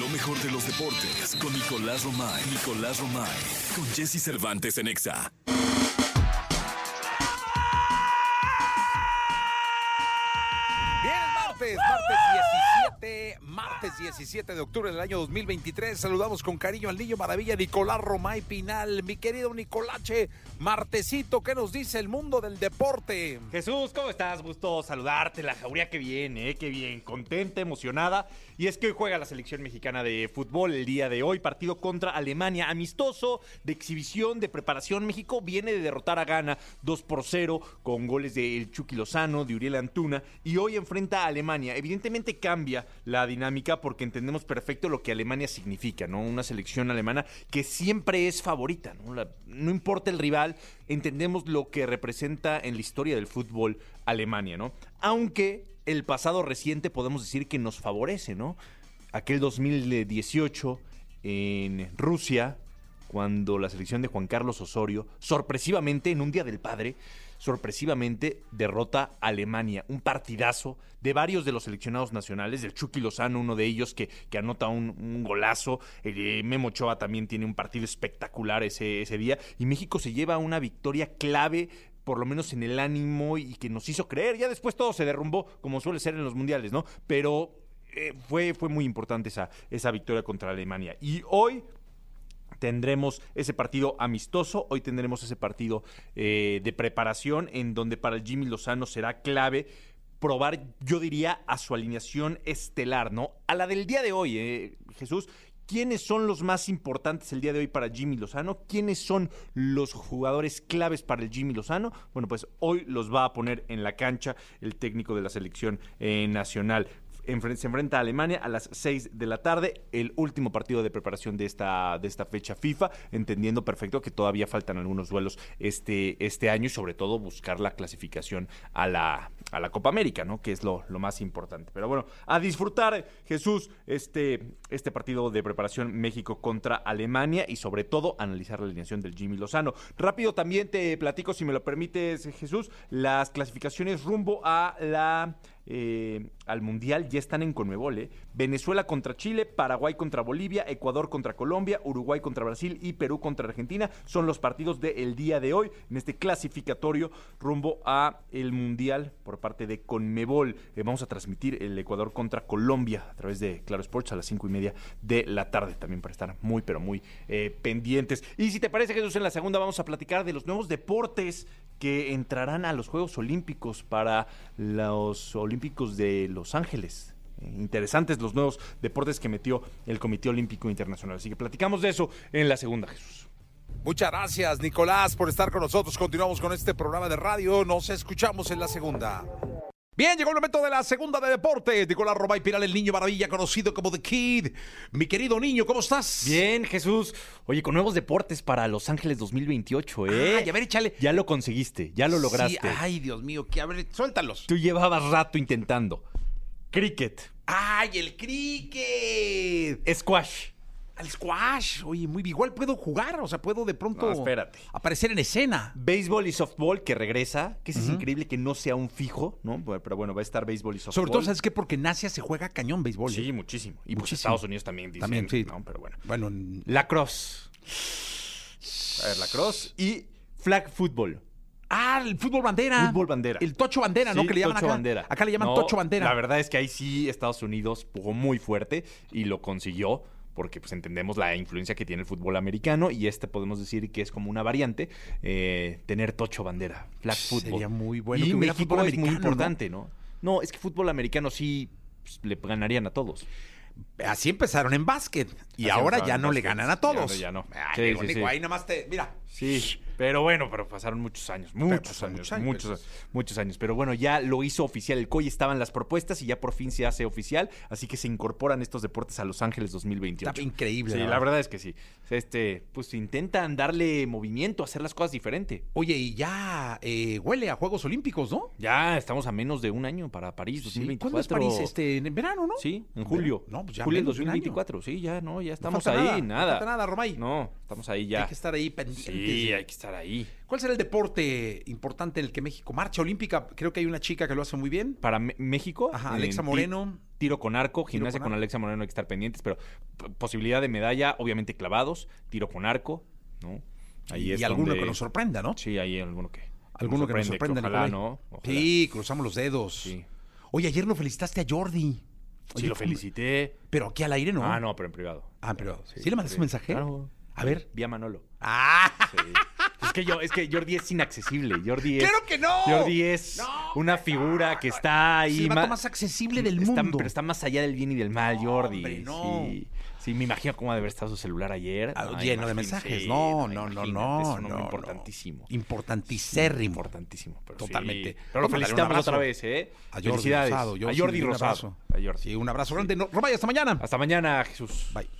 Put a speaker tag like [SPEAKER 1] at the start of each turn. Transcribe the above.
[SPEAKER 1] Lo mejor de los deportes con Nicolás Romay. Nicolás Romay. Con Jesse Cervantes en Exa.
[SPEAKER 2] Bien, es martes, martes 17, martes 17 de octubre del año 2023. Saludamos con cariño al niño maravilla Nicolás Romay Pinal. Mi querido Nicolache, martesito, ¿qué nos dice el mundo del deporte?
[SPEAKER 3] Em, Jesús, ¿cómo estás? Gusto saludarte, la jauría que viene, ¿eh? qué bien, contenta, emocionada. Y es que hoy juega la selección mexicana de fútbol el día de hoy, partido contra Alemania, amistoso, de exhibición, de preparación. México viene de derrotar a Ghana 2 por 0 con goles de El Chucky Lozano, de Uriel Antuna, y hoy enfrenta a Alemania. Evidentemente cambia la dinámica porque entendemos perfecto lo que Alemania significa, ¿no? Una selección alemana que siempre es favorita, ¿no? La- no importa el rival, entendemos lo que representa en la historia del fútbol Alemania, ¿no? Aunque el pasado reciente podemos decir que nos favorece, ¿no? Aquel 2018 en Rusia, cuando la selección de Juan Carlos Osorio, sorpresivamente, en un Día del Padre, sorpresivamente derrota a Alemania. Un partidazo de varios de los seleccionados nacionales, del Chucky Lozano, uno de ellos que, que anota un, un golazo. Eh, Memo Ochoa también tiene un partido espectacular ese, ese día. Y México se lleva una victoria clave por lo menos en el ánimo y que nos hizo creer. Ya después todo se derrumbó, como suele ser en los mundiales, ¿no? Pero eh, fue, fue muy importante esa, esa victoria contra Alemania. Y hoy, tendremos ese partido amistoso, hoy tendremos ese partido eh, de preparación en donde para el Jimmy Lozano será clave probar, yo diría, a su alineación estelar, ¿no? A la del día de hoy, eh, Jesús. ¿Quiénes son los más importantes el día de hoy para Jimmy Lozano? ¿Quiénes son los jugadores claves para el Jimmy Lozano? Bueno, pues hoy los va a poner en la cancha el técnico de la selección eh, nacional enfren- se enfrenta a Alemania a las 6 de la tarde, el último partido de preparación de esta, de esta fecha FIFA, entendiendo perfecto que todavía faltan algunos duelos este, este año y sobre todo buscar la clasificación a la, a la Copa América, ¿no? Que es lo, lo más importante. Pero bueno, a disfrutar, Jesús, este, este partido de preparación México contra Alemania y sobre todo analizar la alineación del Jimmy Lozano. Rápido también te platico, si me lo permites, Jesús, las clasificaciones rumbo a la eh, al Mundial ya están en Conmebol. ¿eh? Venezuela contra Chile, Paraguay contra Bolivia, Ecuador contra Colombia, Uruguay contra Brasil y Perú contra Argentina son los partidos del día de hoy en este clasificatorio rumbo a el Mundial por parte de Conmebol. Eh, vamos a transmitir el Ecuador contra Colombia a través de Claro Sports a las cinco y media de la tarde también para estar muy pero muy eh, pendientes. Y si te parece Jesús, en la segunda vamos a platicar de los nuevos deportes que entrarán a los Juegos Olímpicos para los Olímpicos de Los Ángeles. Eh, Interesantes los nuevos deportes que metió el Comité Olímpico Internacional. Así que platicamos de eso en la segunda, Jesús.
[SPEAKER 2] Muchas gracias, Nicolás, por estar con nosotros. Continuamos con este programa de radio. Nos escuchamos en la segunda. Bien, llegó el momento de la segunda de deportes. Nicolás Romay Piral, el niño maravilla, conocido como The Kid. Mi querido niño, ¿cómo estás?
[SPEAKER 3] Bien, Jesús. Oye, con nuevos deportes para Los Ángeles 2028,
[SPEAKER 2] Ay, a ver, échale.
[SPEAKER 3] ¿eh? Ah, Ya lo conseguiste, ya lo lograste.
[SPEAKER 2] Sí, ay, Dios mío, que a ver, suéltalos.
[SPEAKER 3] Tú llevabas rato intentando. Cricket,
[SPEAKER 2] ¡Ay, el cricket!
[SPEAKER 3] squash.
[SPEAKER 2] Al squash. Oye, muy bien. Igual puedo jugar, o sea, puedo de pronto
[SPEAKER 3] No, espérate.
[SPEAKER 2] aparecer en escena.
[SPEAKER 3] Béisbol y softball que regresa, que ese es increíble que no sea un fijo, ¿no? Bueno, Pero bueno, va a estar béisbol y softball.
[SPEAKER 2] Sobre todo, ¿sabes qué? Porque en Asia se juega cañón béisbol.
[SPEAKER 3] Sí,
[SPEAKER 2] ¿eh?
[SPEAKER 3] muchísimo. Y pues
[SPEAKER 2] Muchísimo.
[SPEAKER 3] Estados Unidos también dicen,
[SPEAKER 2] También, sí.
[SPEAKER 3] ¿no? Pero bueno.
[SPEAKER 2] Bueno, en-
[SPEAKER 3] Lacrosse. A ver, lacrosse y flag football.
[SPEAKER 2] ah, el fútbol bandera.
[SPEAKER 3] Fútbol bandera.
[SPEAKER 2] El tocho bandera, ¿no?
[SPEAKER 3] Sí,
[SPEAKER 2] Que le llaman
[SPEAKER 3] tocho
[SPEAKER 2] acá.
[SPEAKER 3] bandera.
[SPEAKER 2] Acá le llaman
[SPEAKER 3] No,
[SPEAKER 2] tocho bandera.
[SPEAKER 3] La verdad es que ahí sí Estados Unidos jugó muy fuerte y lo consiguió porque pues entendemos la influencia que tiene el fútbol americano y este podemos decir que es como una variante eh, tener tocho bandera, flag
[SPEAKER 2] Sería
[SPEAKER 3] football.
[SPEAKER 2] muy bueno
[SPEAKER 3] Y
[SPEAKER 2] que hubiera
[SPEAKER 3] México
[SPEAKER 2] fútbol
[SPEAKER 3] es muy
[SPEAKER 2] americano, ¿no?
[SPEAKER 3] importante, ¿no? ¿no? es que fútbol americano sí pues, le ganarían a todos.
[SPEAKER 2] Así empezaron en básquet. Y
[SPEAKER 3] Así
[SPEAKER 2] ahora
[SPEAKER 3] empezaron
[SPEAKER 2] ya
[SPEAKER 3] en
[SPEAKER 2] no le
[SPEAKER 3] básquet.
[SPEAKER 2] ganan a
[SPEAKER 3] Ya no,
[SPEAKER 2] todos.
[SPEAKER 3] ya no.
[SPEAKER 2] Ay,
[SPEAKER 3] Sí,
[SPEAKER 2] digo,
[SPEAKER 3] sí,
[SPEAKER 2] digo,
[SPEAKER 3] sí.
[SPEAKER 2] ahí nomás te. Mira.
[SPEAKER 3] Sí, pero bueno, pero pasaron muchos años, muchos
[SPEAKER 2] pasaron muchos
[SPEAKER 3] años, muchos
[SPEAKER 2] años,
[SPEAKER 3] años, muchos, años. Pero bueno, ya lo hizo oficial el COI, estaban las propuestas y ya por fin se hace oficial, así que se incorporan estos deportes a Los Ángeles 2028.
[SPEAKER 2] Está increíble,
[SPEAKER 3] Sí,
[SPEAKER 2] la
[SPEAKER 3] la verdad es que sí. Este, pues intentan darle movimiento, hacer las cosas diferente.
[SPEAKER 2] Oye, y ya eh, huele a Juegos Olímpicos, ¿no?
[SPEAKER 3] Ya estamos a menos de un año para París
[SPEAKER 2] Sí.
[SPEAKER 3] 2024.
[SPEAKER 2] ¿Cuándo es París? Este, en verano, ¿no?
[SPEAKER 3] Sí, en julio.
[SPEAKER 2] No, pues ya
[SPEAKER 3] julio del
[SPEAKER 2] menos de un año.
[SPEAKER 3] 2024. Sí, ya no, ya estamos
[SPEAKER 2] falta
[SPEAKER 3] ahí,
[SPEAKER 2] no
[SPEAKER 3] nada.
[SPEAKER 2] falta nada, Romay.
[SPEAKER 3] No, estamos ahí ya.
[SPEAKER 2] Hay que estar ahí pendientes.
[SPEAKER 3] Sí, hay que estar ahí.
[SPEAKER 2] ¿Cuál será el deporte importante en el que México marcha olímpica? Creo que hay una chica que lo hace muy bien.
[SPEAKER 3] Para Me- México,
[SPEAKER 2] Ajá,
[SPEAKER 3] en
[SPEAKER 2] Alexa
[SPEAKER 3] pi-
[SPEAKER 2] Moreno.
[SPEAKER 3] tiro con arco, gimnasia
[SPEAKER 2] con
[SPEAKER 3] con
[SPEAKER 2] arco.
[SPEAKER 3] Alexa Moreno hay que estar pendientes, pero p- posibilidad de medalla, obviamente clavados, tiro con arco, ¿no?
[SPEAKER 2] y
[SPEAKER 3] es
[SPEAKER 2] alguno
[SPEAKER 3] donde-
[SPEAKER 2] que nos sorprenda, ¿no?
[SPEAKER 3] Sí, hay alguno que.
[SPEAKER 2] Alguno que nos sorprenda,
[SPEAKER 3] ojalá,
[SPEAKER 2] Nicolai.
[SPEAKER 3] ¿no? Ojalá.
[SPEAKER 2] Sí, cruzamos los dedos.
[SPEAKER 3] Sí.
[SPEAKER 2] Oye, ayer lo felicitaste a Jordi.
[SPEAKER 3] Sí,
[SPEAKER 2] Oye,
[SPEAKER 3] lo
[SPEAKER 2] ¿cómo?
[SPEAKER 3] felicité.
[SPEAKER 2] Pero aquí al aire no.
[SPEAKER 3] Ah, no, pero en privado.
[SPEAKER 2] Ah, pero ¿sí,
[SPEAKER 3] Sí,
[SPEAKER 2] le mandaste
[SPEAKER 3] sí,
[SPEAKER 2] un mensaje?
[SPEAKER 3] claro.
[SPEAKER 2] A ver.
[SPEAKER 3] Vía Manolo.
[SPEAKER 2] ¡Ah!
[SPEAKER 3] Sí. es, que yo, es que Jordi es inaccesible. Jordi es,
[SPEAKER 2] ¡Claro que no!
[SPEAKER 3] Jordi es una figura que está
[SPEAKER 2] Es
[SPEAKER 3] ahí.
[SPEAKER 2] el
[SPEAKER 3] ma-
[SPEAKER 2] vato más accesible del
[SPEAKER 3] está-
[SPEAKER 2] mundo.
[SPEAKER 3] Pero está más allá del bien y del mal, Jordi.
[SPEAKER 2] hombre, no.
[SPEAKER 3] sí, sí, me imagino cómo ha de haber estado su celular ayer.
[SPEAKER 2] Ah,
[SPEAKER 3] No,
[SPEAKER 2] lleno de
[SPEAKER 3] imagínate,
[SPEAKER 2] mensajes. No, no, no,
[SPEAKER 3] imagínate,
[SPEAKER 2] no.
[SPEAKER 3] es
[SPEAKER 2] no,
[SPEAKER 3] un hombre
[SPEAKER 2] no.
[SPEAKER 3] importantísimo.
[SPEAKER 2] Importanticérrimo.
[SPEAKER 3] Importantísimo. pero
[SPEAKER 2] Totalmente.
[SPEAKER 3] sí. Pero lo
[SPEAKER 2] Vamos a darle un
[SPEAKER 3] felicitamos
[SPEAKER 2] abrazo
[SPEAKER 3] otra vez, ¿eh?
[SPEAKER 2] A Jordi
[SPEAKER 3] Felicidades.
[SPEAKER 2] Rosado. Yo
[SPEAKER 3] a
[SPEAKER 2] sí le
[SPEAKER 3] Jordi
[SPEAKER 2] di un
[SPEAKER 3] Rosado.
[SPEAKER 2] abrazo.
[SPEAKER 3] A Jordi.
[SPEAKER 2] Sí, un abrazo
[SPEAKER 3] Sí.
[SPEAKER 2] grande. No, Romay, hasta mañana.
[SPEAKER 3] Hasta mañana, Jesús.
[SPEAKER 2] Bye.